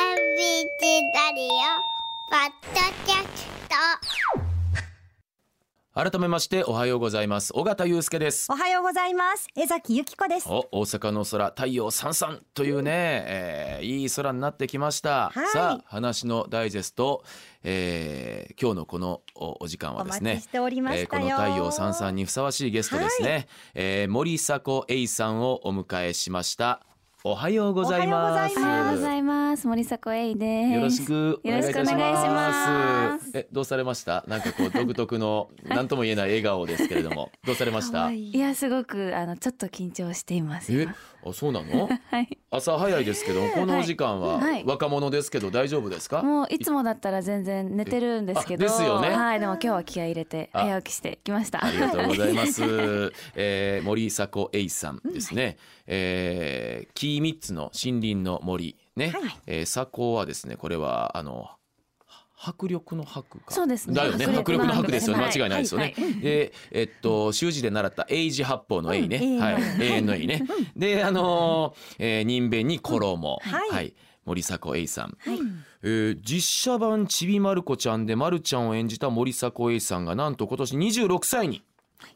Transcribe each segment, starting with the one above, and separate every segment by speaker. Speaker 1: チラリオポッドキャスト
Speaker 2: 改めましておはようございます尾形祐介です
Speaker 3: おはようございます江崎由紀子です
Speaker 2: お大阪の空太陽さんさんというね、えーいい空になってきました、
Speaker 3: はい
Speaker 2: さあ話のダイジェスト、えー今日のこのおお時間はです
Speaker 3: お
Speaker 2: ね
Speaker 3: 待ちしておりましたよ
Speaker 2: この太陽さんさんにふさわしいゲストですね、えー森迫永さんをお迎えしましたおはようございます
Speaker 3: お
Speaker 4: おはようござ
Speaker 2: よ
Speaker 4: います。森迫永依です。
Speaker 2: ろしくお願いいたします
Speaker 4: よろしくお願いします
Speaker 2: えどうされましたなんかこう独特の何とも言えない笑顔ですけれどもどうされました
Speaker 4: いや、すごく、あの、ちょっと緊張しています。
Speaker 2: え
Speaker 4: 今、
Speaker 2: あ、そうなの？
Speaker 4: はい。
Speaker 2: 朝早いですけど、このお時間は
Speaker 4: はい
Speaker 2: 若者ですけど大丈夫ですか？
Speaker 4: もういつもだったら全然寝てるんですけど。
Speaker 2: あですよね
Speaker 4: はい、でも今日は気合い入れて、
Speaker 2: あ
Speaker 4: 早起きしてきました。
Speaker 2: ありがとうございます。えー、森迫永依さんですね。えー、キーミッツの森林の森ね。
Speaker 3: はい
Speaker 2: えー、迫はですね、これはあの迫力の迫か。
Speaker 4: そうですね
Speaker 2: だよね。迫
Speaker 4: 迫
Speaker 2: 力の
Speaker 4: 力の
Speaker 2: 迫で
Speaker 4: 迫ですす
Speaker 2: よね。
Speaker 4: はい
Speaker 2: 間違いないですよね。で、えっと習字で習った永字八方の永ね。
Speaker 3: うん
Speaker 2: はい。
Speaker 3: 永
Speaker 2: 永遠の永ね。で、あのーえー、人弁に衣。
Speaker 3: うんはい
Speaker 2: はい。森迫永依さん。
Speaker 3: はい、
Speaker 2: えー実写版ちびまる子ちゃんでまるちゃんを演じた森迫永依さんがなんと今年26歳に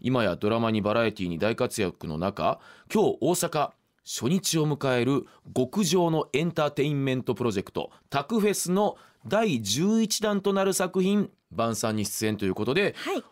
Speaker 2: 今やドラマにバラエティに大活躍の中今日大阪初日を迎える極上のエンターテインメントプロジェクト「タクフェス」の第11弾となる作品「晩餐」に出演ということで
Speaker 3: はい、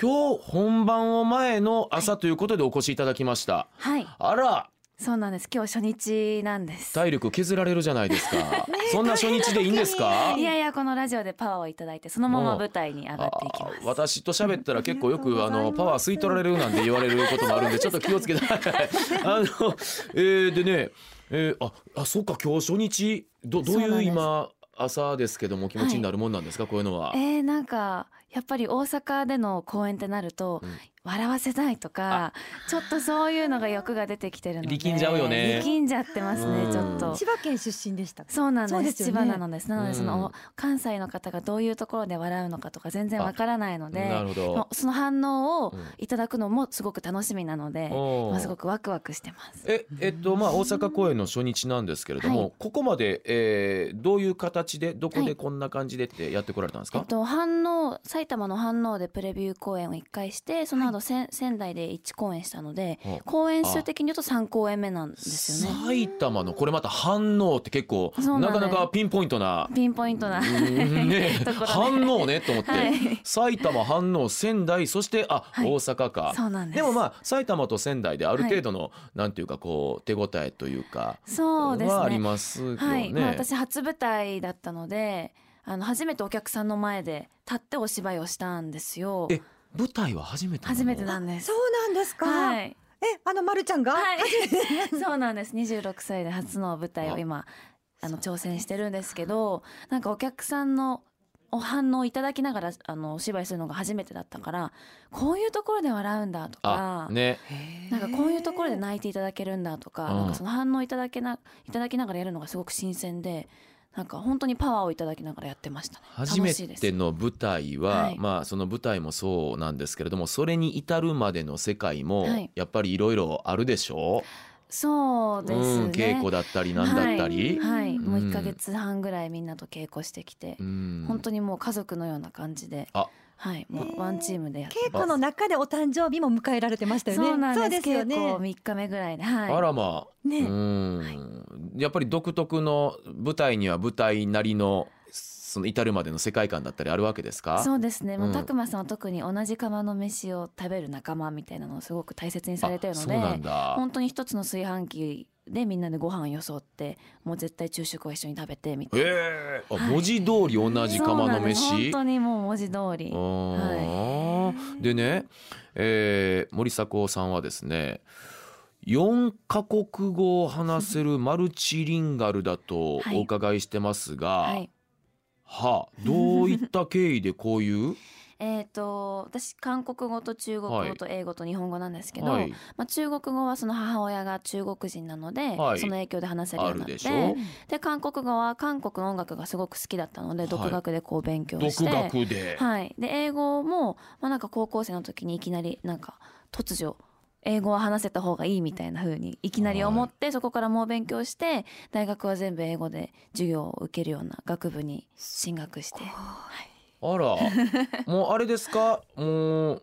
Speaker 2: 今日本番を前の朝ということでお越しいただきました。
Speaker 4: はい、
Speaker 2: あら
Speaker 4: そうなんです。今日初日なんです。
Speaker 2: 体力削られるじゃない ですか。そんな初日でいいんですか
Speaker 4: いやいや、このラジオでパワーをいただいて、そのまま舞台に上がっていきます。
Speaker 2: あ私と喋ったら結構よ
Speaker 3: あり
Speaker 2: く
Speaker 3: が
Speaker 2: あ
Speaker 3: とうございます
Speaker 2: のパワー吸い取られるなんて言われることもあるんでちょっと気をつけて あの、えーでね、えーああそうか今日初日どどう
Speaker 4: そうないん
Speaker 2: う
Speaker 4: です
Speaker 2: 今朝ですけども気持ちになるもんなんですか、こういうのは。
Speaker 4: えー、なんかやっぱり大阪での公演ってなると、
Speaker 2: うん
Speaker 4: 笑わせたいとかちょっとそういうのが欲が出てきてるので
Speaker 2: 力んじゃうよね
Speaker 4: 力んじゃってます
Speaker 2: う
Speaker 4: ね
Speaker 2: ん
Speaker 4: ちょっと
Speaker 3: 千葉県出身でした
Speaker 4: そうなん
Speaker 3: そうで
Speaker 4: で
Speaker 3: すすよね
Speaker 4: 千葉なのですなの
Speaker 2: うん
Speaker 4: でその、関西の方がどういうところで笑うのかとか全然わからないの
Speaker 2: な
Speaker 4: で
Speaker 2: るほど
Speaker 4: もうその反応を
Speaker 2: うん
Speaker 4: いただくのもすごく楽しみなので、
Speaker 2: おー
Speaker 4: まあ、すごくワクワクしてます。
Speaker 2: ええっとまあ、大阪公演の初日なんですけれども、
Speaker 4: は
Speaker 2: ここまで、えーどういう形でどこ
Speaker 4: は
Speaker 2: で
Speaker 4: い
Speaker 2: こんな感じでってやってこられたんですか、
Speaker 4: えっと、反応埼玉の反応でプレビュー公演を1回してその後、せん仙台で1公演したので
Speaker 2: はあ
Speaker 4: 公演数的に言うと3公演目なんですよね。
Speaker 2: 埼玉のこれまた反応って結構
Speaker 4: そうなんで
Speaker 2: な
Speaker 4: す
Speaker 2: かなかピンポイント な
Speaker 4: ピンポイントな、
Speaker 2: うんね
Speaker 4: ところで
Speaker 2: 反応ねと思って、
Speaker 4: はい
Speaker 2: 埼玉反応仙台そしてあ、
Speaker 4: はい
Speaker 2: 大阪か
Speaker 4: そうなんです
Speaker 2: もまあ埼玉と仙台である程度の、なんていうかこう手応えというか
Speaker 4: そうです
Speaker 2: はあり
Speaker 4: ね。
Speaker 2: ますよね、
Speaker 4: はい、まあ、私初舞台だったのであの初めてお客さんの前で立ってお芝居をしたんですよ。
Speaker 2: え舞台は初めてなの
Speaker 4: 初めてなんです
Speaker 3: そう。なんですか、
Speaker 4: はい、
Speaker 3: えあのまるちゃんが、
Speaker 4: はい、 そうなんです26歳で初の舞台を今あの挑戦してるんですけどなんかお客さんのお反応いただきながらあのお芝居するのが初めてだったからこういうところで笑うんだと
Speaker 2: あ
Speaker 4: か、
Speaker 2: ね
Speaker 4: なんかこういうところで泣いていただけるんだとか,、
Speaker 2: うん
Speaker 4: なんかその反応いただけないただきながらやるのがすごく新鮮でなんか本当にパワーをいただきながらやってましたね。
Speaker 2: 初め
Speaker 4: 楽しいです
Speaker 2: ての舞台は、
Speaker 4: はい
Speaker 2: まあその舞台もそうなんですけれどもそれに至るまでの世界も
Speaker 4: はい
Speaker 2: やっぱりいろいろあるでしょ
Speaker 4: そう
Speaker 2: う、
Speaker 4: ですね、
Speaker 2: ん、稽古だったりなんだったり、
Speaker 4: はい、はい
Speaker 3: うん
Speaker 4: もう1ヶ月半ぐらいみんなと稽古してきて、
Speaker 2: うん
Speaker 4: 本当にもう家族のような感じで、
Speaker 2: あ
Speaker 4: はい、も
Speaker 3: へー
Speaker 4: うワンチームでやって
Speaker 3: 稽古の中でお誕生日も迎えられてましたよね
Speaker 4: そうなんです
Speaker 3: そうですよね
Speaker 4: 稽古三日目ぐらいで、はい、
Speaker 2: あらまあ、
Speaker 3: ね
Speaker 2: うーんやっぱり独特の舞台には舞台なりのその至るまでの世界観だったりあるわけですか
Speaker 4: そうですね。も
Speaker 2: うん
Speaker 4: うたくまさんは特に同じ釜の飯を食べる仲間みたいなのをすごく大切にされてるの
Speaker 2: あそうなん
Speaker 4: で、
Speaker 2: だ
Speaker 4: 本当に一つの炊飯器でみんなでご飯よそって、もう絶対昼食を一緒に食べてみたいな。
Speaker 2: えーあ
Speaker 4: はい
Speaker 2: 文字通り同じ釜
Speaker 4: そうな
Speaker 2: の
Speaker 4: んです本
Speaker 2: 飯
Speaker 4: 当にもう文字通り。
Speaker 2: あーでね、えー森迫さんはですね4カ国語を話せるマルチリンガルだと
Speaker 4: はい
Speaker 2: お伺いしてますが、は
Speaker 4: はい。
Speaker 2: あどういった経緯でこういう、
Speaker 4: えっ、と私韓国語と中国語と英語と日本語なん ですけど、
Speaker 2: はい、
Speaker 4: まあ、中国語はその母親が中国人なので、
Speaker 2: はい
Speaker 4: その影響で話せるよう
Speaker 2: あ
Speaker 4: にな
Speaker 2: る
Speaker 4: っ
Speaker 2: で
Speaker 4: て
Speaker 2: しょ
Speaker 4: で韓国語は韓国の音楽がすごく好きだったので
Speaker 2: はい
Speaker 4: 独学でこう勉強して、
Speaker 2: 独学で、
Speaker 4: はい、で英語も、まあ、なんか高校生の時にいきなりなんか突如英語は話せた方がいいみたいな風にいきなり思ってそこから猛勉強して大学は全部英語で授業を受けるような学部に進学して
Speaker 2: あらもうあれですかもう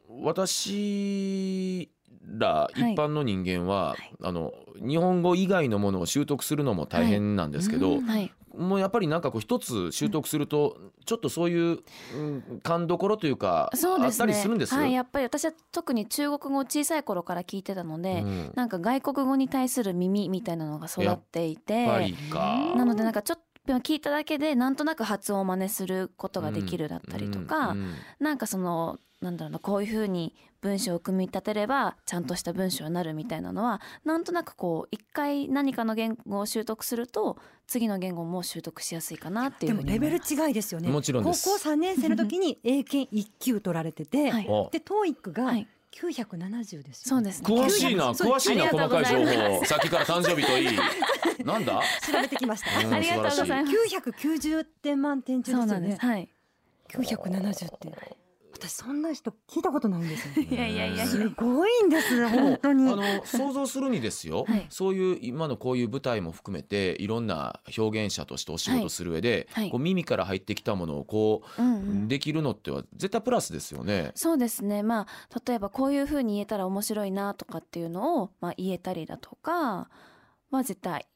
Speaker 2: 私ら
Speaker 4: い
Speaker 2: 一般の人間は、
Speaker 4: い
Speaker 2: あの日本語以外のものを習得するのも大変なんですけど、
Speaker 3: うん
Speaker 4: はい
Speaker 2: もうやっぱりなんかこう一つ習得すると、ちょっとそういう、うん、勘どころというか
Speaker 4: そう
Speaker 2: あ
Speaker 4: で
Speaker 2: っ
Speaker 4: す
Speaker 2: た
Speaker 4: ね
Speaker 2: りするんです
Speaker 4: はいやっぱり私は特に中国語を小さい頃から聞いてたので、
Speaker 2: うん
Speaker 4: なんか外国語に対する耳みたいなのが育っていて
Speaker 2: やっぱりか
Speaker 4: なのでなんかちょっと聞いただけでなんとなく発音を真似することができるだったりとか、
Speaker 2: うんうん
Speaker 4: なんかそのなんだろうなこういうふうに文章を組み立てればちゃんとした文章になるみたいなのはなんとなくこう一回何かの言語を習得すると次の言語も習得しやすいかなってい
Speaker 3: で
Speaker 4: うふ
Speaker 3: も
Speaker 4: うに
Speaker 3: レ
Speaker 4: 思
Speaker 3: ベ
Speaker 4: い
Speaker 3: ル
Speaker 4: ます
Speaker 3: 違いですよね。
Speaker 2: もちろんです
Speaker 3: 高校三年生の時に英検一級取られてて、
Speaker 4: はい
Speaker 2: お
Speaker 3: で TOEIC が
Speaker 4: はい
Speaker 3: 九百七十です
Speaker 4: そ
Speaker 3: よ、
Speaker 4: う
Speaker 3: ね。
Speaker 4: ですね
Speaker 2: 詳しいな
Speaker 3: そう
Speaker 2: 詳しいな
Speaker 4: あり
Speaker 2: 細
Speaker 4: がと
Speaker 2: か
Speaker 4: う
Speaker 2: い
Speaker 4: ございます
Speaker 2: 情報さっきから誕生日といい なんだ
Speaker 3: 調べてきました。
Speaker 2: うん
Speaker 4: ありがとうございます
Speaker 3: 九百九十点満点中で
Speaker 4: そ
Speaker 3: す
Speaker 4: うな
Speaker 3: よ
Speaker 4: んです
Speaker 3: ね。
Speaker 4: はい
Speaker 3: 九百七十って。私そんな人聞いたことないんですよ。
Speaker 4: いやいやいやいや
Speaker 3: すごいんです
Speaker 2: でも
Speaker 3: 本当に。
Speaker 2: あの想像するにですよ、
Speaker 4: はい
Speaker 2: そういう今のこういう舞台も含めていろんな表現者としてお仕事する上で、
Speaker 4: はいはい
Speaker 2: こう耳から入ってきたものをこ
Speaker 4: うんう
Speaker 2: うんできるのっては絶対プラスですよね。
Speaker 4: そうですねまあ例えばこういうふうに言えたら面白いなとかっていうのを、まあ、言えたりだとかは絶対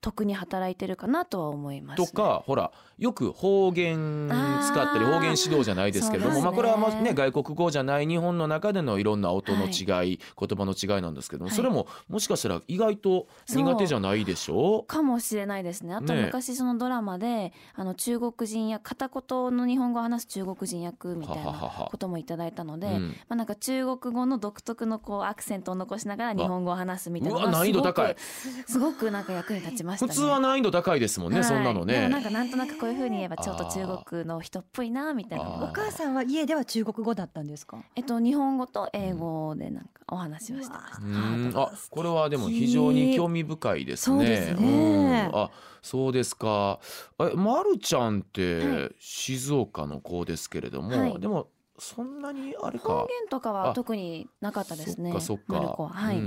Speaker 4: 特に働いてるかなとは思います、
Speaker 2: とかほらよく方言使ったり
Speaker 4: あー
Speaker 2: 方言指導じゃないですけれども、
Speaker 4: そうで
Speaker 2: ま
Speaker 4: すね
Speaker 2: あ、これはまあ、ね、外国語じゃない日本の中でのいろんな音の違い、言葉の違いなんですけども、
Speaker 4: はい
Speaker 2: それももしかしたら意外と苦手じゃないでしょ
Speaker 4: かもしれないですねあと
Speaker 2: ねえ
Speaker 4: 昔そのドラマで、あの中国人や片言の日本語を話す中国人役みたい
Speaker 2: はははは
Speaker 4: なこともいただいたので
Speaker 2: うん
Speaker 4: まあ、なんか中国語の独特のこうアクセントを残しながら日本語を話すみたいな
Speaker 2: うわ難易度高い
Speaker 4: すごくすごくなんか役に立ちました
Speaker 2: 普
Speaker 4: ね
Speaker 2: 通は難易度高いですもんね、
Speaker 4: はい
Speaker 2: そんなの
Speaker 4: でも
Speaker 2: ね
Speaker 4: なん。かなんとなくこういう風に言えばちょっと中国の人っぽいなみたいなの
Speaker 2: あー
Speaker 4: が
Speaker 3: お母さんは家では中国語だったんですか。
Speaker 4: えっと日本語と英語でなんかお話をしてました
Speaker 2: う。んあこれはでも非常に興味深いですね。
Speaker 3: そうですね
Speaker 2: うんあそうですか。えまるちゃんって、
Speaker 4: は
Speaker 2: 静岡の子ですけれども、
Speaker 4: はい
Speaker 2: でもそんなにあれか。
Speaker 4: 方言とか
Speaker 2: あ
Speaker 4: は特になかったですね。
Speaker 2: そっか
Speaker 4: マ
Speaker 2: そっ
Speaker 4: ル
Speaker 2: か。
Speaker 4: コははい、
Speaker 2: うんうんう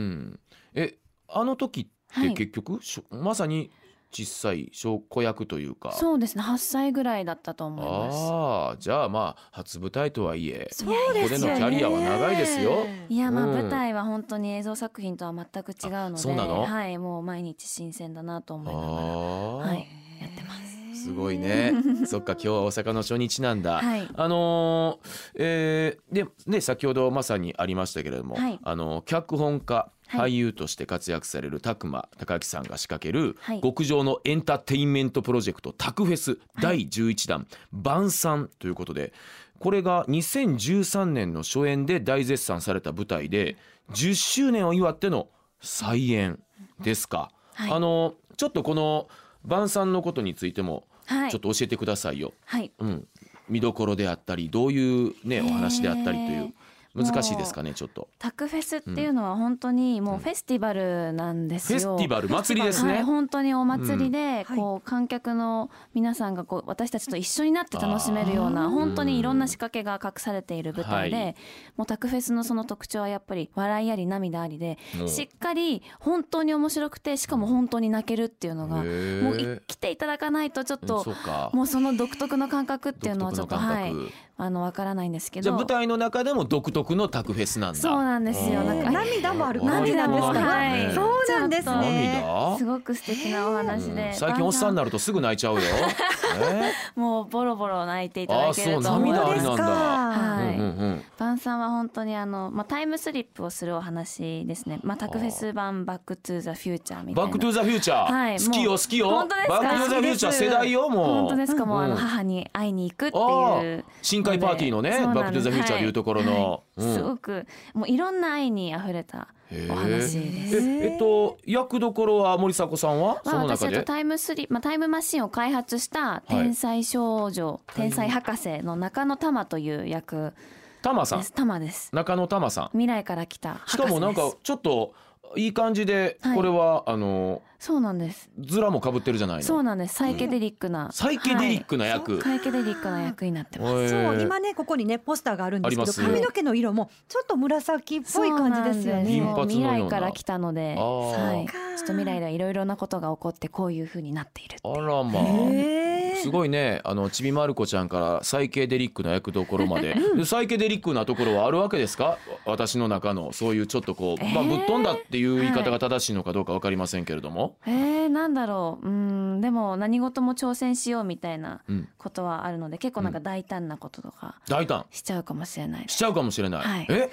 Speaker 2: ん。えあの時っ
Speaker 4: は
Speaker 2: て
Speaker 4: い
Speaker 2: 結局、しょまさに小さい小子役というか。
Speaker 4: そうですね。8歳ぐらいだったと思います。
Speaker 2: ああじゃあまあ初舞台とはいえ
Speaker 3: そう
Speaker 2: ですよねここでのキャリアは長いですよ
Speaker 4: いやまあ
Speaker 2: うん
Speaker 4: 舞台は本当に映像作品とは全く違うの
Speaker 2: あ
Speaker 4: で、
Speaker 2: そうなの
Speaker 4: はいもう毎日新鮮だなと思いなが
Speaker 2: あ
Speaker 4: ら
Speaker 2: あ、
Speaker 4: はいやってます。
Speaker 2: すごい ね。そっか今日は大阪の初日なんだ。
Speaker 4: はい
Speaker 2: あのーえーでね先ほどまさにありましたけれども、
Speaker 4: はい
Speaker 2: あの脚本家
Speaker 4: は
Speaker 2: 俳
Speaker 4: い
Speaker 2: 優として活躍される拓磨高木さんが仕掛ける
Speaker 4: はい
Speaker 2: 極上のエンターテインメントプロジェクト「タクフェス」第11弾「晩餐」ということでこれが2013年の初演で大絶賛された舞台で10周年を祝っての再演ですか。
Speaker 4: はい
Speaker 2: あのちょっとこの晩餐のことについても
Speaker 4: はい
Speaker 2: ちょっと教えてくださいよ。
Speaker 4: はい。
Speaker 2: うん、見どころであったりどういう、ね、
Speaker 4: え
Speaker 2: お
Speaker 4: ー
Speaker 2: 話であったりという難しいですかねちょっと。
Speaker 4: タクフェスっていうのは本当にもうフェスティバルなんです
Speaker 2: フェ
Speaker 4: よ。
Speaker 2: スティバル祭りですね。
Speaker 4: はい、本当にお祭りで、
Speaker 3: うん
Speaker 4: こう観客の皆さんがこう私たちと一緒になって楽しめるよう
Speaker 3: あ
Speaker 4: な
Speaker 3: ー
Speaker 4: 本当にいろんな仕掛けが隠されている舞台で、
Speaker 2: はい
Speaker 4: もうタクフェスのその特徴はやっぱり笑いあり涙ありで
Speaker 2: もう
Speaker 4: しっかり本当に面白くてしかも本当に泣けるっていうのが
Speaker 2: へー
Speaker 4: もうい来ていただかないとちょっ
Speaker 2: うん
Speaker 4: と
Speaker 2: そうか
Speaker 4: もうその独特の感覚っていうのは
Speaker 2: 独
Speaker 4: ちょ
Speaker 2: 特
Speaker 4: っ
Speaker 2: の
Speaker 4: と
Speaker 2: 感
Speaker 4: はい
Speaker 2: 覚、
Speaker 4: あのわからないんですけ
Speaker 2: じゃあ
Speaker 4: ど
Speaker 2: 舞台の中でも独特のタクフェスなんだ。
Speaker 4: そうなんですよ
Speaker 2: あー
Speaker 4: なんか
Speaker 3: 涙もある。
Speaker 4: 涙も
Speaker 3: そうなん
Speaker 2: はい
Speaker 3: そうなんですね。
Speaker 2: 涙
Speaker 4: すごく素敵なお話で、
Speaker 2: うん最近おっさんになるとすぐ泣いちゃうよ。え
Speaker 4: もうボロボロ泣いていただけると
Speaker 2: あそう
Speaker 4: 思い
Speaker 2: 涙
Speaker 4: ま
Speaker 2: あり
Speaker 4: す
Speaker 2: なんだ
Speaker 4: は
Speaker 3: だ
Speaker 4: い
Speaker 2: ーうんうんうん
Speaker 4: バンさんは本当にあの、まあ、タイムスリップをするお話ですね、まあ、タクフェス版「バック・トゥ・ザ・フューチャー」みたい
Speaker 2: バ
Speaker 4: な
Speaker 2: ックトゥザフューチャー、
Speaker 4: はいもう
Speaker 2: 好きよ好きよ
Speaker 4: 本当ですか
Speaker 2: バックトゥザフューチャー世代よもう
Speaker 4: 本当ですかもうあ
Speaker 2: う
Speaker 4: の
Speaker 2: ん
Speaker 4: 母に会いに行くって
Speaker 2: あ
Speaker 4: いう
Speaker 2: あ深海パーティーのね
Speaker 4: そうなん
Speaker 2: バックトゥザフューチャーでいうところの、
Speaker 4: は
Speaker 2: うん
Speaker 4: いすごくもういろんな愛にあふれたお話で
Speaker 2: え
Speaker 4: す。
Speaker 2: えっと役どころは森迫さんはそ
Speaker 4: まあ、
Speaker 2: の
Speaker 4: 私
Speaker 2: 中
Speaker 4: あと
Speaker 2: で、
Speaker 4: タイムスリ、まあ、タイムマシンを開発した天才少女、天才博士の中野玉という役
Speaker 2: タマさ
Speaker 4: で
Speaker 2: ん
Speaker 4: す。玉です。
Speaker 2: 中野タマさん
Speaker 4: 未来から来た博士
Speaker 2: し
Speaker 4: です。
Speaker 2: かもなんかちょっといい感じで
Speaker 4: はい
Speaker 2: これは、あの
Speaker 4: そうなんです
Speaker 2: ズラもかぶってるじゃないの
Speaker 4: そうなんですサイケデリックな、
Speaker 2: サイケデリックな役、
Speaker 4: はいサイケデリックな役になってます
Speaker 2: へー
Speaker 3: そう今ねここにねポスターがあるんで
Speaker 2: あり
Speaker 3: すけ
Speaker 2: ま
Speaker 3: ど
Speaker 2: す
Speaker 3: 髪の毛の色もちょっと紫っぽい感じですよ
Speaker 2: 銀
Speaker 3: ね。
Speaker 2: 髪のような
Speaker 4: 未来から来たので、
Speaker 2: あー
Speaker 4: はい、ち
Speaker 3: そっか
Speaker 4: ょっと未来ではいろいろなことが起こってこういう風になっているっていう
Speaker 2: あらまあ
Speaker 3: へー
Speaker 2: すごいねあのちびまる子ちゃんからサイケデリックな役どころまで,、でサイケデリックなところはあるわけですかわ私の中のそういうちょっとこう、まあ、
Speaker 4: えー
Speaker 2: ぶっ飛んだっていう言い方が正しいのかどうか分かりませんけれども、
Speaker 4: えー、なんだろううーんでも何事も挑戦しようみたいな
Speaker 2: うん、
Speaker 4: ことはあるので結構なんか大胆なこととか
Speaker 2: 大胆
Speaker 4: しちゃうかもしれないです
Speaker 2: しちゃうかもしれない、
Speaker 4: はい
Speaker 2: え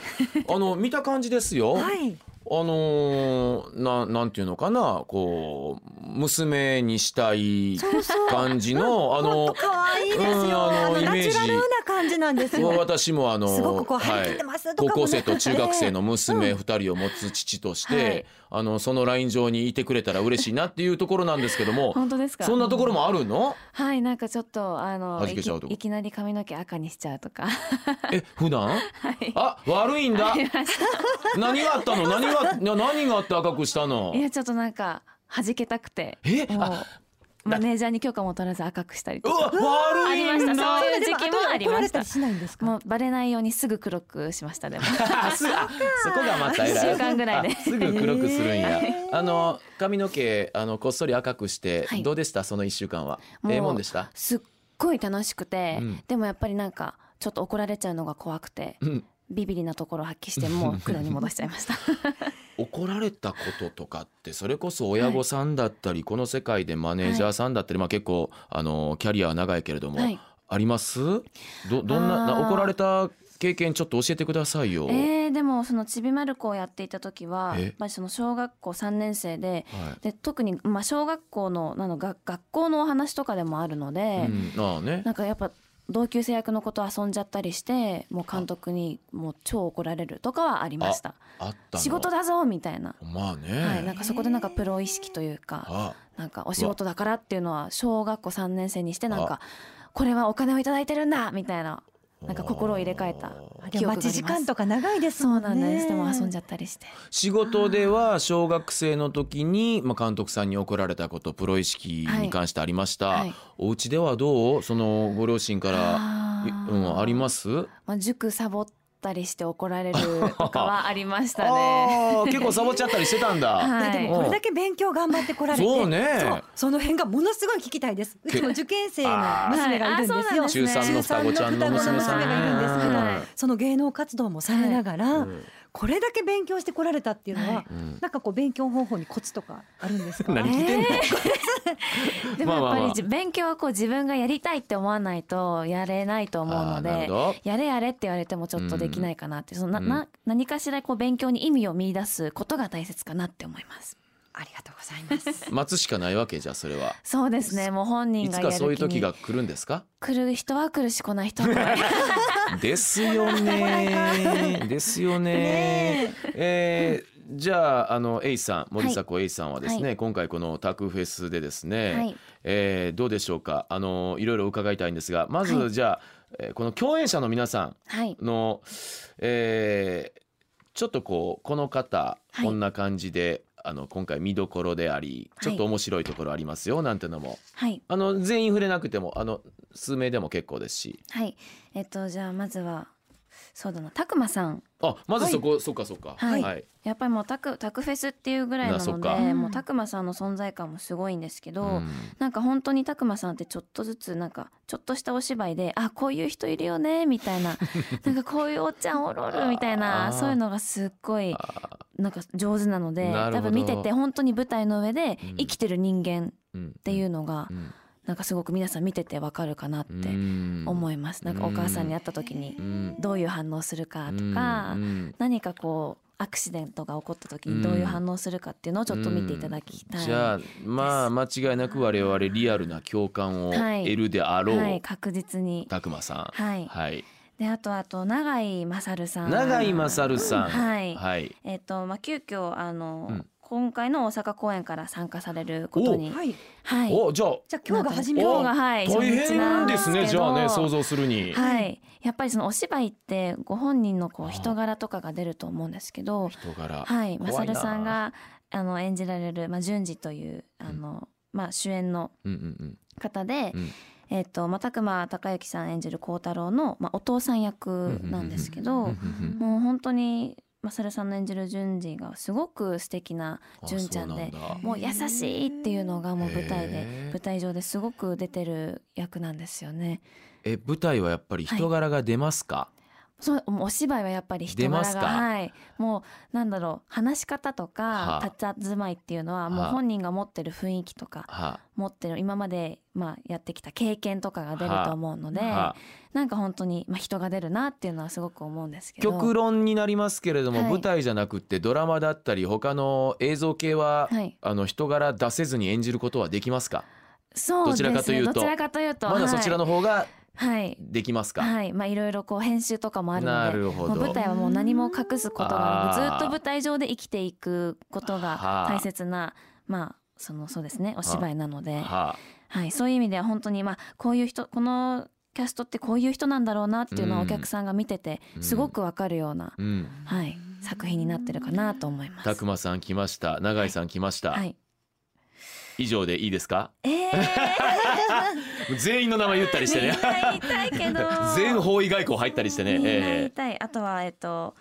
Speaker 2: あの見た感じですよ、
Speaker 3: はい。
Speaker 2: あのー、ななんていうのかなこう娘にしたい感じのあ
Speaker 3: 本当
Speaker 2: の
Speaker 3: 可愛いです
Speaker 2: うん
Speaker 3: よ。
Speaker 2: あ
Speaker 3: あ
Speaker 2: の
Speaker 3: の
Speaker 2: イ
Speaker 3: ナ
Speaker 2: メー
Speaker 3: チ
Speaker 2: ジ
Speaker 3: ュラルな感じなんですよ。
Speaker 2: 私もあの
Speaker 3: すごくこう張り切ってますとかもね
Speaker 2: 高校生と中学生の娘
Speaker 3: う
Speaker 2: 2人を持つ父として、
Speaker 4: はい
Speaker 2: あのそのライン上にいてくれたら嬉しいなっていうところなんですけども
Speaker 4: 本当ですか
Speaker 2: そんなところもあるの
Speaker 4: はいなんかちょっとあの
Speaker 2: 弾け
Speaker 4: いき
Speaker 2: ちゃうとこ
Speaker 4: いきなり髪の毛赤にしちゃうとか
Speaker 2: え普段
Speaker 4: はい
Speaker 2: あ悪いんだ
Speaker 4: ありまし
Speaker 2: 何があったの何がな何があって赤くしたの
Speaker 4: た いやちょっとなんか弾けたくて
Speaker 2: え
Speaker 4: も
Speaker 2: あ
Speaker 4: うマネージャーに許可も取らず赤くしたり
Speaker 2: う
Speaker 4: と
Speaker 2: わ
Speaker 4: か
Speaker 2: 悪いんだ
Speaker 4: ありましたそういう時期もあ
Speaker 3: でも後で怒
Speaker 4: りました
Speaker 3: られたりしないんですか。
Speaker 4: もうバレないようにすぐ黒くしまし たでも
Speaker 2: あすあそこがまた偉い
Speaker 4: 一週間ぐらいで
Speaker 2: あすぐ黒くするん や、
Speaker 3: へー
Speaker 2: あの髪の毛あのこっそり赤くして、
Speaker 4: はい
Speaker 2: どうでしたその1週間は
Speaker 4: もう
Speaker 2: ええもんでした
Speaker 4: すっごい楽しくて、
Speaker 2: うん
Speaker 4: でもやっぱりなんかちょっと怒られちゃうのが怖くて
Speaker 2: うん
Speaker 4: ビビリなところを発揮 してもう黒に戻しちゃいました
Speaker 2: 怒られたこととかってそれこそ親御さんだったり、この世界でマネージャーさんだったり、まあ結構あのキャリアは長いけれども、
Speaker 4: はい
Speaker 2: ありますどどんな
Speaker 4: あー
Speaker 2: な怒られた経験ちょっと教えてくださいよ。
Speaker 4: えー、でもそのちびまる子をやっていた時は
Speaker 2: え
Speaker 4: やっぱりその小学校3年生で
Speaker 2: は
Speaker 4: で特にまあ小学校のなのが学校のお話とかでもあるの
Speaker 2: い、
Speaker 4: で、
Speaker 2: うん、ああね
Speaker 4: なんかやっぱ同級生役の子と遊んじゃったりしてもう監督にもう超怒られるとかはありました
Speaker 2: あったの
Speaker 4: 仕事だぞみたいな、
Speaker 2: まあね、
Speaker 4: はい、なんかそこでなんかプロ意識というか
Speaker 2: あ
Speaker 4: なんかお仕事だからっていうのは小学校3年生にしてなんかこれはお金をいただいてるんだみたいななんか心を入れ替えた
Speaker 3: あで
Speaker 4: 記
Speaker 3: も
Speaker 4: 憶があります
Speaker 3: 待ち時間とか長いです
Speaker 4: そ
Speaker 3: も
Speaker 4: うん
Speaker 3: ね。
Speaker 4: なんです、でも遊んじゃったりして
Speaker 2: 仕事では小学生の時に、まあ、監督さんに怒られたことプロ意識に関してありました、
Speaker 4: はいはい
Speaker 2: お家ではどうそのご両親から
Speaker 4: あ
Speaker 2: い
Speaker 4: ー
Speaker 2: うん、あります
Speaker 4: まあ、塾サボったりして怒ら れるとかはありましたね。
Speaker 2: ああー結構サボっちゃったりしてたんだ、
Speaker 4: はい
Speaker 3: いやでもこれだけ勉強頑張ってこられて、
Speaker 2: そうね
Speaker 3: そうその辺がものすごい聞きたいです。うちも受験生の娘がいるん
Speaker 4: あー
Speaker 3: です
Speaker 4: はいあーそうなん
Speaker 3: よ。
Speaker 4: です
Speaker 2: 中
Speaker 4: ね
Speaker 2: 3の双子ちゃんの娘さん
Speaker 3: 中三の双子の娘がいるんですけど
Speaker 2: はい
Speaker 3: その芸能活動もされながら、
Speaker 2: うん
Speaker 3: これだけ勉強してこられたっていうのは、
Speaker 4: はい
Speaker 2: うん
Speaker 3: なんかこう勉強方法にコツとかあるんですか。
Speaker 2: 何聞いてんの、
Speaker 4: でも
Speaker 2: まあまあまあ
Speaker 4: やっぱり勉強はこう自分がやりたいって思わないとやれないと思うの
Speaker 2: あーなるほ
Speaker 4: で
Speaker 2: ど。
Speaker 4: やれやれって言われてもちょっとできないかなって、そのな
Speaker 2: うん
Speaker 4: な何かしらこう勉強に意味を見出すことが大切かなって思います。
Speaker 3: ありがとうござい ます。
Speaker 2: 待つしかないわけじゃそれは
Speaker 4: そうですね。もう本人
Speaker 2: い
Speaker 4: が
Speaker 2: つ
Speaker 4: やる
Speaker 2: か
Speaker 4: 気に
Speaker 2: そういう時が来るんですか
Speaker 4: 来る人は来るし来ない人は来ない。
Speaker 2: ですよ ね。ですよね。えーじゃああのエイさん森迫エイさんはですね、
Speaker 4: は
Speaker 2: 今回このタクフェスでですね、
Speaker 4: はい
Speaker 2: えーどうでしょうかあのいろいろ伺いたいんですがまずじゃあ、えーこの共演者の皆さ
Speaker 4: はい
Speaker 2: んの、えーちょっとこうこの方、
Speaker 4: はい
Speaker 2: こんな感じであの今回見どころであり
Speaker 4: はい
Speaker 2: ちょっと面白いところありますよ、なんてのも
Speaker 4: はい
Speaker 2: あの全員触れなくてもあの数名でも結構ですし
Speaker 4: はい。えっとじゃあまずはそうだなたくまさん。
Speaker 2: あまずそこ、そっかそっか
Speaker 4: はい
Speaker 2: はい
Speaker 4: やっぱりもうタクタクフェスっていうぐらいな
Speaker 2: なそっ
Speaker 4: の
Speaker 2: か
Speaker 4: で
Speaker 3: うん
Speaker 4: もうたくまさんの存在感もすごいんですけど、
Speaker 2: うん
Speaker 4: なんか本当にたくまさんってちょっとずつなんかちょっとしたお芝居であこういう人いるよねみたいな なんかこういうおっちゃんおるおるみたい
Speaker 2: あ
Speaker 4: な
Speaker 2: ー
Speaker 4: そういうのがすっごいなんか上手なので
Speaker 2: なる
Speaker 4: 多
Speaker 2: ほど
Speaker 4: 分見てて本当に舞台の上で
Speaker 2: うん
Speaker 4: 生きてる人間っ
Speaker 2: って
Speaker 4: いうのが
Speaker 2: うん
Speaker 4: なんかすごく皆さん見ててわかるかなって思
Speaker 2: い
Speaker 4: います。なんかお母さんに会った時に
Speaker 2: うん
Speaker 4: どういう反応するかとか
Speaker 2: うん
Speaker 4: 何かこうアクシデントが起こった時にどういう反応するかっていうのをちょっと見ていただきたい。
Speaker 2: じゃあまあ間違いなく我々リアルな共感を
Speaker 4: はい
Speaker 2: 得るであろ
Speaker 4: はいう確実に。
Speaker 2: たくまさ
Speaker 4: は
Speaker 2: ん
Speaker 4: い。
Speaker 2: はい
Speaker 4: であとあと永井勝さん。
Speaker 2: 永井勝さん
Speaker 4: はい
Speaker 2: はい
Speaker 4: えっ、とまあ急遽あの、
Speaker 2: うん
Speaker 4: 今回の大阪公演から参加されることに
Speaker 3: はい。
Speaker 4: はい
Speaker 2: おじゃあ
Speaker 3: じゃあ今日が初めて。
Speaker 4: 今日
Speaker 2: お
Speaker 4: がはい
Speaker 2: 大
Speaker 4: 初日な
Speaker 2: 変ですね
Speaker 4: け
Speaker 2: じ
Speaker 4: ど
Speaker 2: ゃあね想像するに、
Speaker 4: はい、やっぱりそのお芝居ってご本人のこ
Speaker 2: あ
Speaker 4: う
Speaker 2: ー
Speaker 4: 人柄とかが出ると思うんですけど、
Speaker 2: 人柄、
Speaker 4: はい、マ
Speaker 2: 怖
Speaker 4: サ
Speaker 2: いな
Speaker 4: ルさんがあの演じられるまあ順次というあの、まあ主演の
Speaker 2: うんうん
Speaker 4: 方で、
Speaker 2: うん
Speaker 4: えっ、とまあ拓磨孝之さん演じる孝太郎のまあお父さん役なんですけ
Speaker 2: うん
Speaker 4: ど、
Speaker 2: うんうん
Speaker 4: もう本当にマサルさんの演じる順次がすごく素敵な
Speaker 2: あ
Speaker 4: 純ちゃんで
Speaker 2: そうなんだ
Speaker 4: もう優しいっていうのがもう舞台
Speaker 2: へ
Speaker 4: で
Speaker 2: ー
Speaker 4: 舞台上ですごく出てる役なんですよね。
Speaker 2: え舞台はやっぱり人柄が出ますか、
Speaker 4: そうもうお芝居はやっぱり人
Speaker 2: 出ま
Speaker 4: 柄
Speaker 2: すか
Speaker 4: がはいもうなんだろう話し方と
Speaker 2: は
Speaker 4: か
Speaker 2: あ
Speaker 4: 立ち集まいっていうのはもう
Speaker 2: はあ
Speaker 4: 本人が持ってる雰囲気とか
Speaker 2: は
Speaker 4: 持ってる今までまあやってきた経験とかが出ると思うので
Speaker 2: あはあ
Speaker 4: なんか本当にまあ人が出るなっていうのはすごく思うんですけど
Speaker 2: 極論になりますけれども、
Speaker 4: はい
Speaker 2: 舞台じゃなくってドラマだったり他の映像系は、
Speaker 4: はい
Speaker 2: あの人柄出せずに演じることはできますか
Speaker 4: そうです
Speaker 2: ど
Speaker 4: ね
Speaker 2: ちらかというと
Speaker 4: どちらかというと
Speaker 2: まだそちらの方が
Speaker 4: はい
Speaker 2: できますか、
Speaker 4: はい、はいまあいろいろこう編集とかもあるので
Speaker 2: なるほ
Speaker 4: もう
Speaker 2: ど
Speaker 4: 舞台はもう何も隠すことが
Speaker 2: あ
Speaker 4: な
Speaker 2: ー
Speaker 4: くずっと舞台上で生きていくこと
Speaker 2: は
Speaker 4: が
Speaker 2: あ
Speaker 4: 大切なまあそのそうですねお芝居なので、
Speaker 2: はあ
Speaker 4: はい、そういう意味では本当にまあこういう人このキャストってこういう人なんだろうなっていうのは
Speaker 2: うん
Speaker 4: お客さんが見ててすごくわかるような、
Speaker 2: うん
Speaker 4: はい、作品になってるかなと思います。
Speaker 2: 拓磨さん来ました永井さん来ました、
Speaker 4: はい、
Speaker 2: 以上でいいですか
Speaker 4: えー、
Speaker 2: 全員の名前言ったりして
Speaker 4: みん
Speaker 2: ね
Speaker 4: な言いたいけど
Speaker 2: 全方位外交入ったりしてね
Speaker 4: みんな言い
Speaker 2: え
Speaker 4: たいあとはえっと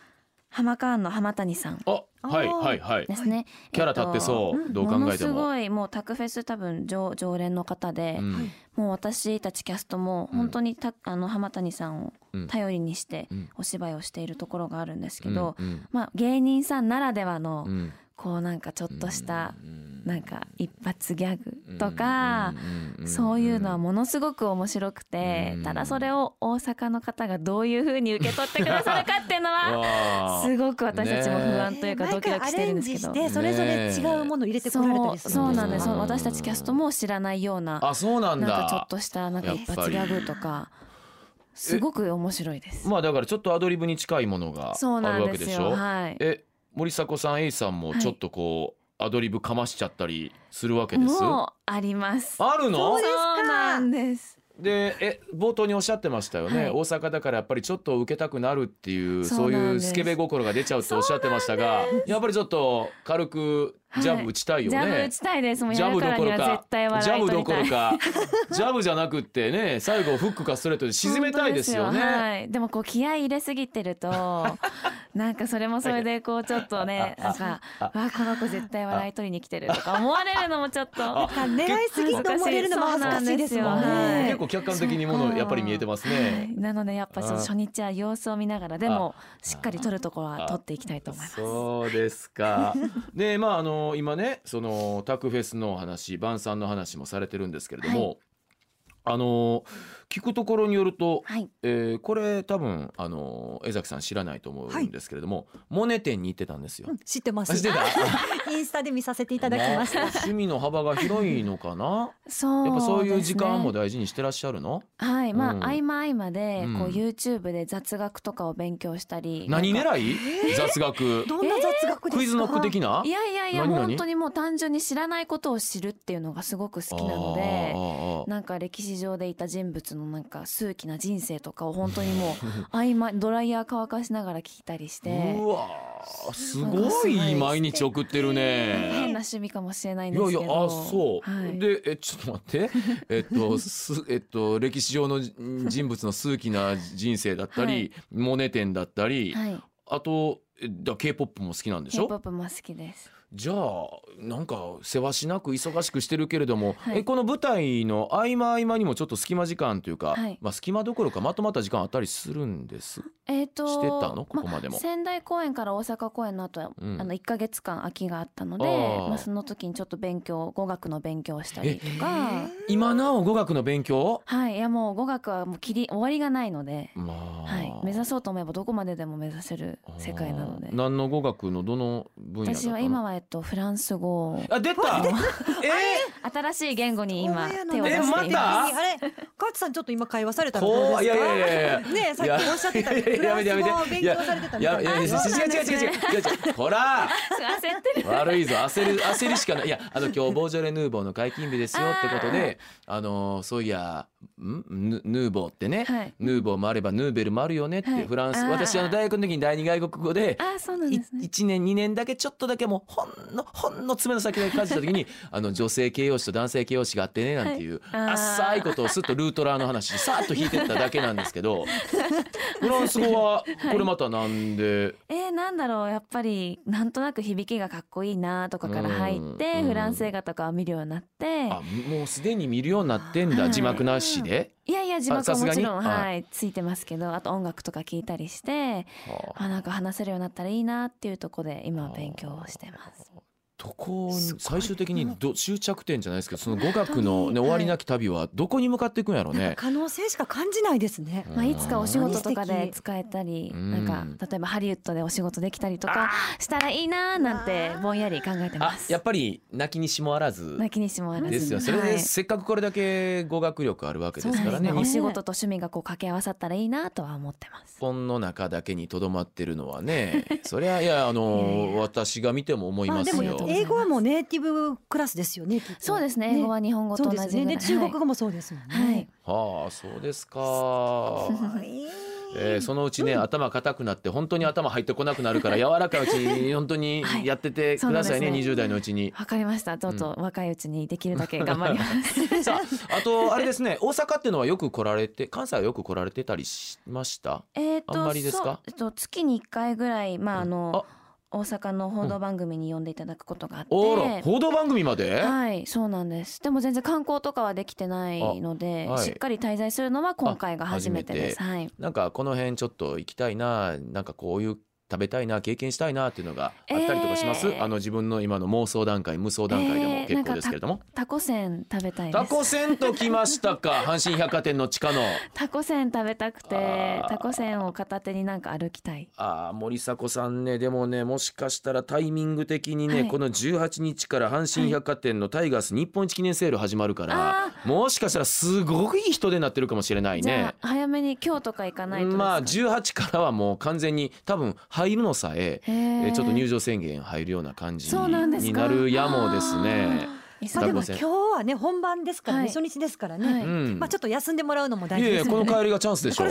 Speaker 4: 浜カーンの浜谷さん
Speaker 2: えあはいはいはい
Speaker 4: ですね、
Speaker 2: キャラ立ってそう、どう考
Speaker 4: もの
Speaker 2: えて
Speaker 4: す
Speaker 2: も
Speaker 4: ごいもうタクフェス多分常常連の方で、
Speaker 2: うん
Speaker 4: もう私たちキャストも本当にた、あの浜谷さんを
Speaker 2: うん
Speaker 4: 頼りにして
Speaker 2: うん
Speaker 4: お芝居をしているところがあるんですけど、
Speaker 2: うん
Speaker 4: まあ、芸人さんならではの、
Speaker 2: うん
Speaker 4: こうなんかちょっとした、
Speaker 2: うん
Speaker 4: なんか一発ギャグとか、
Speaker 2: うんん
Speaker 4: そういうのはものすごく面白くて、
Speaker 2: うん
Speaker 4: ただそれを大阪の方がどういうふうに受け取ってくださるかっていうのは
Speaker 2: わ あ
Speaker 4: すごく私たちも不安というか
Speaker 3: ね
Speaker 4: ドキドキしてるんですけ
Speaker 3: 毎
Speaker 4: ど。
Speaker 3: 回アレンジしてそれぞれ違うものを入れてこられた
Speaker 4: そ
Speaker 3: り
Speaker 4: う
Speaker 3: する
Speaker 4: そうなんです、
Speaker 2: うん
Speaker 4: 私たちキャストも知らないような
Speaker 2: あそうなんだ
Speaker 4: なんかちょっとしたなんか
Speaker 2: やっ
Speaker 4: 一
Speaker 2: ぱり
Speaker 4: 発ギャグとかすごく面白いです。
Speaker 2: まあだからちょっとアドリブに近いものが
Speaker 4: そう
Speaker 2: あ
Speaker 4: な
Speaker 2: る
Speaker 4: ん
Speaker 2: わ
Speaker 4: で
Speaker 2: けですし
Speaker 4: よ。
Speaker 2: ょ
Speaker 4: はい。
Speaker 2: え森迫さん A さんも
Speaker 4: はい
Speaker 2: ちょっとこう、アドリブかましちゃったりするわけです
Speaker 4: もうあります。
Speaker 2: あるの
Speaker 3: そうですか
Speaker 4: そうなんです。
Speaker 2: でえ冒頭におっしゃってましたよね、
Speaker 4: はい
Speaker 2: 大阪だからやっぱりちょっと受けたくなるっていうそう
Speaker 4: そうなん
Speaker 2: いう
Speaker 4: です
Speaker 2: スケベ心が出ちゃうっておっしゃってましたがやっぱりちょっと軽くジャブ打ちたいよ
Speaker 4: ジ
Speaker 2: ね、
Speaker 4: ャブ打ちたいです。もう
Speaker 2: ジ
Speaker 4: や
Speaker 2: ャ
Speaker 4: る
Speaker 2: ブ
Speaker 4: か
Speaker 2: ど
Speaker 4: ら
Speaker 2: こ
Speaker 4: に
Speaker 2: ろ
Speaker 4: は
Speaker 2: か
Speaker 4: 絶対
Speaker 2: ジャ
Speaker 4: 笑い
Speaker 2: ブ
Speaker 4: 取
Speaker 2: ど
Speaker 4: り
Speaker 2: こ
Speaker 4: た
Speaker 2: ろ
Speaker 4: い。
Speaker 2: か ジャブじゃなくってね最後フックかストレートで沈めたいですよね。
Speaker 4: 本当はい。でもこう気合い入れすぎてる となんかそれもそれでこうちょっとねなんかわあこの子絶対笑い取りに来てるとか思われるのもちょっと。
Speaker 3: なんか狙いすぎと思われるのも恥ずかしいですもん
Speaker 4: そうなん
Speaker 3: ね
Speaker 4: で
Speaker 2: 結。構客観的にものやっぱり見えてます
Speaker 4: はい
Speaker 2: ね。
Speaker 4: なのでやっぱちょっと初日は様子を見ながらでもしっかり撮るところは撮っていきたいと思います。
Speaker 2: そうですか。でまああの今ねそのタクフェスのお話晩さんの話もされてるんですけれども、あの聞くところによると、
Speaker 4: はい。
Speaker 2: えーこれ多分あの江崎さん知らないと思うんですけれども、モネ店に行ってたんですよ。
Speaker 3: うん知ってま
Speaker 2: あ知っ
Speaker 3: す
Speaker 2: て。た
Speaker 3: インスタで見させていただきまし
Speaker 2: あ
Speaker 3: た。
Speaker 2: 趣味の幅が広いのかな。
Speaker 4: そう、
Speaker 2: やっぱそういう時間も。大事にしてらっしゃるの？
Speaker 4: はい、まあ、
Speaker 2: うん
Speaker 4: 合間合間で、
Speaker 2: うん
Speaker 4: こう YouTube で雑学とかを勉強したり。
Speaker 2: 何
Speaker 4: なんか
Speaker 2: 狙い？雑学。
Speaker 3: どんな雑学ですか。
Speaker 2: クイズノック的な？
Speaker 4: いやいやいや、
Speaker 2: 何
Speaker 4: もう
Speaker 2: 々
Speaker 4: 本当にもう単純に知らないことを知るっていうのがすごく好きなので。
Speaker 2: で。
Speaker 4: なんか歴史上でいた人物のなんか数奇な人生とかを本当に もう合間ドライヤー乾かしながら聞いたりして
Speaker 2: うわーすごい毎日送ってる
Speaker 4: 変
Speaker 2: ね。
Speaker 4: な趣味かもしれないん
Speaker 2: い
Speaker 4: です
Speaker 2: や
Speaker 4: け
Speaker 2: い
Speaker 4: ど
Speaker 2: やあそう、
Speaker 4: はい
Speaker 2: でえちょっと待って えっとすえっと歴史上のん人物の数奇な人生だったり、
Speaker 4: はい
Speaker 2: モネ展だったり、
Speaker 4: はい、
Speaker 2: あとえだ K-POP も好きなんでしょ
Speaker 4: K-POP も好きです
Speaker 2: じゃあなんかせわしなく忙しくしてるけれども、
Speaker 4: はい
Speaker 2: えこの舞台の合間合間にもちょっと隙間時間というか、
Speaker 4: はい
Speaker 2: まあ隙間どころかまとまった時間あったりするんです
Speaker 4: えー、と
Speaker 2: してたのここまでも
Speaker 4: あ仙台公演から大阪公演の後は、
Speaker 2: うん
Speaker 4: あの1か月間空きがあったので
Speaker 2: あー
Speaker 4: まあ、その時にちょっと勉強語学の勉強をしたりとか、
Speaker 2: 今なお語学の勉強
Speaker 4: はいいやもう語学はもう切り終わりがないので、
Speaker 2: まあ、
Speaker 4: はい、目指そうと思えばどこまででも目指せる世界なので
Speaker 2: あー何の語学のどの分野だったの
Speaker 4: 私は今はえっとフランス語
Speaker 2: あ出たえ
Speaker 4: 新しい言語に今手を出
Speaker 2: え
Speaker 4: し
Speaker 2: また
Speaker 4: ています。
Speaker 3: あれ、カチさんちょっと今会話された
Speaker 2: ー
Speaker 3: らどう
Speaker 2: こうい
Speaker 3: です
Speaker 2: やいや
Speaker 3: か
Speaker 2: いやいや
Speaker 3: ねえさっきおっしゃってた
Speaker 2: いやい
Speaker 3: フ
Speaker 2: や
Speaker 3: ラン
Speaker 2: や
Speaker 3: ス
Speaker 2: めてやめて
Speaker 3: 語を勉
Speaker 2: いや
Speaker 3: 強されてた
Speaker 2: い
Speaker 3: みた
Speaker 2: や
Speaker 3: い
Speaker 2: い
Speaker 3: な
Speaker 2: や違
Speaker 3: あ
Speaker 2: う違う
Speaker 3: そうなんです
Speaker 2: 違う違う違う違う違うほら
Speaker 4: 焦ってる。
Speaker 2: 悪いぞ焦る焦りしかないいやあの今日ボージョレ・ヌーボーの解禁日ですよってことであのーそういやんヌヌーボーってね、
Speaker 4: はい
Speaker 2: ヌーボーもあればヌーベルもあるよねって、
Speaker 4: はい
Speaker 2: フランス
Speaker 4: あー
Speaker 2: 私あの大学の時に第二外国語で
Speaker 4: あそうなん
Speaker 2: い
Speaker 4: ですね。
Speaker 2: 一年二年だけちょっとだけもうほんのほんの爪の先だけ感じた時 にあの女性形容詞と男性形容詞があってねなんていう
Speaker 4: はいあー
Speaker 2: 浅いことをすっとルートラーの話さーっと引いてっただけなんですけ どフランス語はこれまたなんで、
Speaker 4: えー、なんだろうやっぱりなんとなく響きがかっこいいなとかから入って、
Speaker 2: うん
Speaker 4: フランス映画とかを見るようになって
Speaker 2: あもうすでに見るようになってんだ、
Speaker 4: はい
Speaker 2: 字幕なしで。
Speaker 4: いやいや字幕
Speaker 2: さ
Speaker 4: は
Speaker 2: す
Speaker 4: も
Speaker 2: が
Speaker 4: ち
Speaker 2: に
Speaker 4: ろん
Speaker 2: はい
Speaker 4: はいついてますけどあと音楽とか聞いたりして
Speaker 2: はあ
Speaker 4: あなんか話せるようになったらいいなっていうところで今は勉強をしてます。
Speaker 2: どこ
Speaker 3: す
Speaker 2: に
Speaker 3: ごい
Speaker 2: 最終的にど終着点じゃないですけどその語学の、ね、終
Speaker 4: はい
Speaker 2: わりなき旅はどこに向かっていくんやろう
Speaker 3: なん
Speaker 2: ね
Speaker 3: か。可能性しか感じないですね。
Speaker 4: まあ、いつかお仕事とか
Speaker 3: うん
Speaker 4: で使えたり
Speaker 2: うん
Speaker 4: なんか例えばハリウッドでお仕事できたりとかしたらいいなーなんてぼんやり考えてま
Speaker 2: あ
Speaker 4: す
Speaker 2: やっぱり泣きにしもあらず
Speaker 4: 泣きにしもあらず
Speaker 2: ですよそれ
Speaker 4: は
Speaker 2: で
Speaker 4: い
Speaker 2: せっかくこれだけ語学力あるわけ
Speaker 4: そ
Speaker 2: で
Speaker 4: う
Speaker 2: す
Speaker 4: で
Speaker 2: から
Speaker 4: す
Speaker 2: ね
Speaker 4: ねお
Speaker 2: 日
Speaker 4: 仕事と趣味がこう掛け合わさったらいいなとは思ってます
Speaker 2: 本の中だけにとどまってるのはね そりゃいやあ
Speaker 4: いや
Speaker 2: の
Speaker 4: いや
Speaker 2: 私が見ても思い
Speaker 3: ま
Speaker 2: ま
Speaker 3: あですも
Speaker 2: よ。
Speaker 3: 英語はもうネイティブクラスですよね。きっと
Speaker 4: そうですね英語は日本語と
Speaker 3: そう
Speaker 4: 同
Speaker 3: で
Speaker 4: じぐ
Speaker 3: す
Speaker 4: ら
Speaker 3: ね。
Speaker 4: い
Speaker 3: で中国語もそうですもん
Speaker 4: はい、は
Speaker 3: ね
Speaker 4: い。
Speaker 2: はあそうですか。
Speaker 3: い
Speaker 2: えーそのうちね、頭硬くなって本当に頭入ってこなくなるから柔らかいうちに本当に
Speaker 4: はい
Speaker 2: やっててくださいね、
Speaker 4: そうなんですね
Speaker 2: 20代のうち に。
Speaker 4: わかりましたちょっと若いうちにできるだけ頑張 ります、
Speaker 2: さああとあれですね大阪っていうのはよく来られて関西はよく来られてたりしました
Speaker 4: えっ
Speaker 2: あんま
Speaker 4: と
Speaker 2: りですか
Speaker 4: そうえっと月に1回ぐらいまああの
Speaker 2: あ
Speaker 4: 大阪の報道番組に呼んでいただくことがあって、
Speaker 2: おら報道番組まで、
Speaker 4: はいそうなんですでも全然観光とかはできてないので、
Speaker 2: あはい
Speaker 4: しっかり滞在するのは今回が初めてですはい
Speaker 2: なんかこの辺ちょっと行きたいななんかこういう食べたいな経験したいなっていうのがあったりとかします、
Speaker 4: えー
Speaker 2: あの自分の今の妄想段階無想段階でも結構ですけれども、
Speaker 4: タコせん食べたいです
Speaker 2: タコせんと来ましたか 阪神百貨店の地下の
Speaker 4: タコせん食べたくて
Speaker 2: あー
Speaker 4: タコせんを片手になんか歩きたい
Speaker 2: あー森迫さんねでもねもしかしたらタイミング的にね、
Speaker 4: はい
Speaker 2: この18日から阪神百貨店のタイガース日本一記念セール始まるから、
Speaker 4: あ
Speaker 2: もしかしたらすごくいい人出になってるかもしれない
Speaker 4: じゃ
Speaker 2: ね。
Speaker 4: あ早めに今日とか行かないとですか
Speaker 2: まあ18からはもう完全に多分入るのさえ
Speaker 4: へ
Speaker 2: え
Speaker 4: ー
Speaker 2: ーちょっと入場宣言入るような感じ
Speaker 4: そうなんです
Speaker 2: にな
Speaker 4: か
Speaker 2: るやもですね。
Speaker 3: まあでも
Speaker 2: 学生
Speaker 3: 今日はね本番ですから
Speaker 4: は
Speaker 3: ね
Speaker 4: い
Speaker 3: 初日ですから
Speaker 4: は
Speaker 2: う
Speaker 4: い
Speaker 3: ね。
Speaker 2: ん
Speaker 3: まあちょっと休んでもらうのも
Speaker 2: い
Speaker 3: 大
Speaker 2: や
Speaker 3: 事
Speaker 2: い
Speaker 3: で
Speaker 2: や
Speaker 3: す
Speaker 2: こ
Speaker 3: よ
Speaker 2: の
Speaker 3: ね。
Speaker 2: 帰りがチャンスでしょ。うん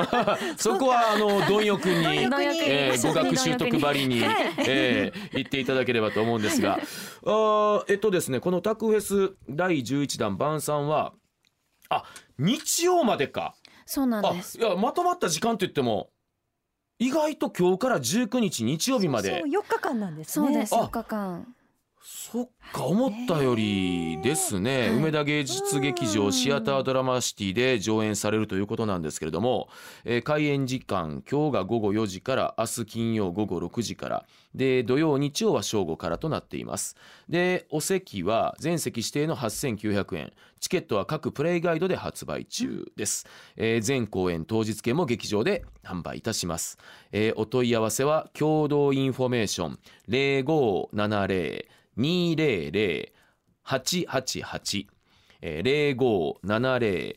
Speaker 2: そこはあの貪欲に
Speaker 4: 貪欲に
Speaker 2: えー語学習得ばりに
Speaker 3: はい
Speaker 2: えー行っていただければと思うんですが、あーえっとですねこのタクフェス第11弾晩餐はあ日曜までか。
Speaker 4: そうなん
Speaker 2: あ
Speaker 4: です
Speaker 2: いやまとまった時間といっても意外と今日から19日日曜日まで
Speaker 3: そう4日間なんです
Speaker 4: そう
Speaker 3: ね。
Speaker 4: です
Speaker 2: あ
Speaker 4: 4日間
Speaker 2: そっか思ったよりですね、
Speaker 4: はい
Speaker 2: 梅田芸術劇場シアタードラマシティで上演されるということなんですけれども、えー開演時間今日が午後4時から明日金曜午後6時からで土曜日曜は正午からとなっていますでお席は全席指定の8900円チケットは各プレイガイドで発売中です、えー全公演当日券も劇場で販売いたします、えーお問い合わせは共同インフォメーション0570 200-888えー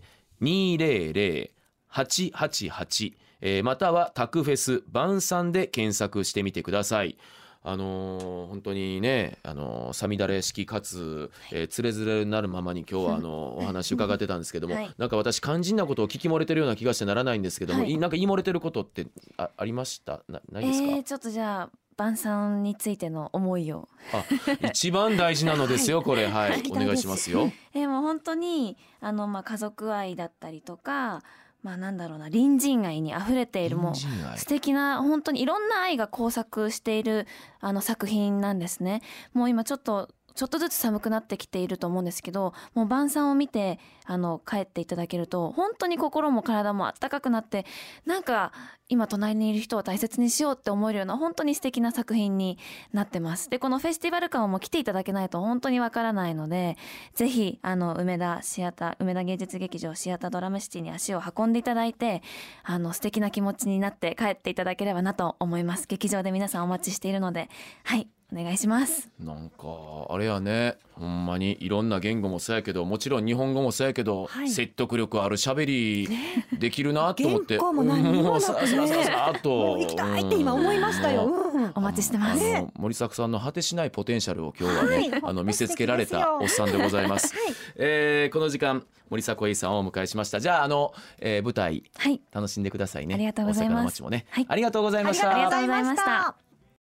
Speaker 2: 0570-200-888えーまたはタクフェス晩餐で検索してみてください。あのー本当にね、あのーさみだれ式かつ、えー、つれづれになるままに今日 はあのーお話伺ってたんですけども、
Speaker 4: はい
Speaker 2: なんか私肝心なことを聞き漏れてるような気がしてならないんですけども、
Speaker 4: はい
Speaker 2: いなんか言い漏れてることってあありましたなな
Speaker 4: え
Speaker 2: いですか、
Speaker 4: ー、ちょっとじゃあ晩餐についての思いを
Speaker 2: あ、一番大事なのです よ、これ、はい、
Speaker 3: 聞き
Speaker 2: お
Speaker 3: たいです
Speaker 2: 願いしますよ。
Speaker 4: えー、もう本当にあのまあ家族愛だったりとかまあなんだろうな隣人愛に溢れているもう
Speaker 2: 隣人愛
Speaker 4: 素敵な本当にいろんな愛が交錯しているあの作品なんですね。もう今ちょっとちょっとずつ寒くなってきていると思うんですけどもう晩餐を見てあの帰っていただけると本当に心も体も温かくなってなんか今隣にいる人を大切にしようって思えるような本当に素敵な作品になってますでこのフェスティバル感も来ていただけないと本当にわからないのでぜひあの梅田シアター梅田芸術劇場シアタードラムシティに足を運んでいただいてあの素敵な気持ちになって帰っていただければなと思います劇場で皆さんお待ちしているのではいお願いします
Speaker 2: なんかあれやねほんまにいろんな言語もそうやけどもちろん日本語もそうやけど、
Speaker 3: はい
Speaker 2: 説得力ある喋りできるなと思って
Speaker 3: 言語も何にもなくね
Speaker 2: ささささっと
Speaker 3: もう行きたいって今思いましたよ。
Speaker 2: うん
Speaker 3: うん
Speaker 4: お待ちしてます、
Speaker 2: あの森作さんの果てしないポテンシャルを今日はね、
Speaker 3: はい
Speaker 2: あの見せつけられた
Speaker 3: 本当
Speaker 2: おっ
Speaker 3: に素
Speaker 2: さんでございます、えーこの時間森迫永依さんをお迎えしましたじゃああの、えー舞台
Speaker 4: はい
Speaker 2: 楽しんでくださいね
Speaker 4: ありがとうござい
Speaker 2: 大阪
Speaker 4: ます
Speaker 2: の街もね、
Speaker 4: はい
Speaker 2: ありがとうございました
Speaker 4: ありがとうございました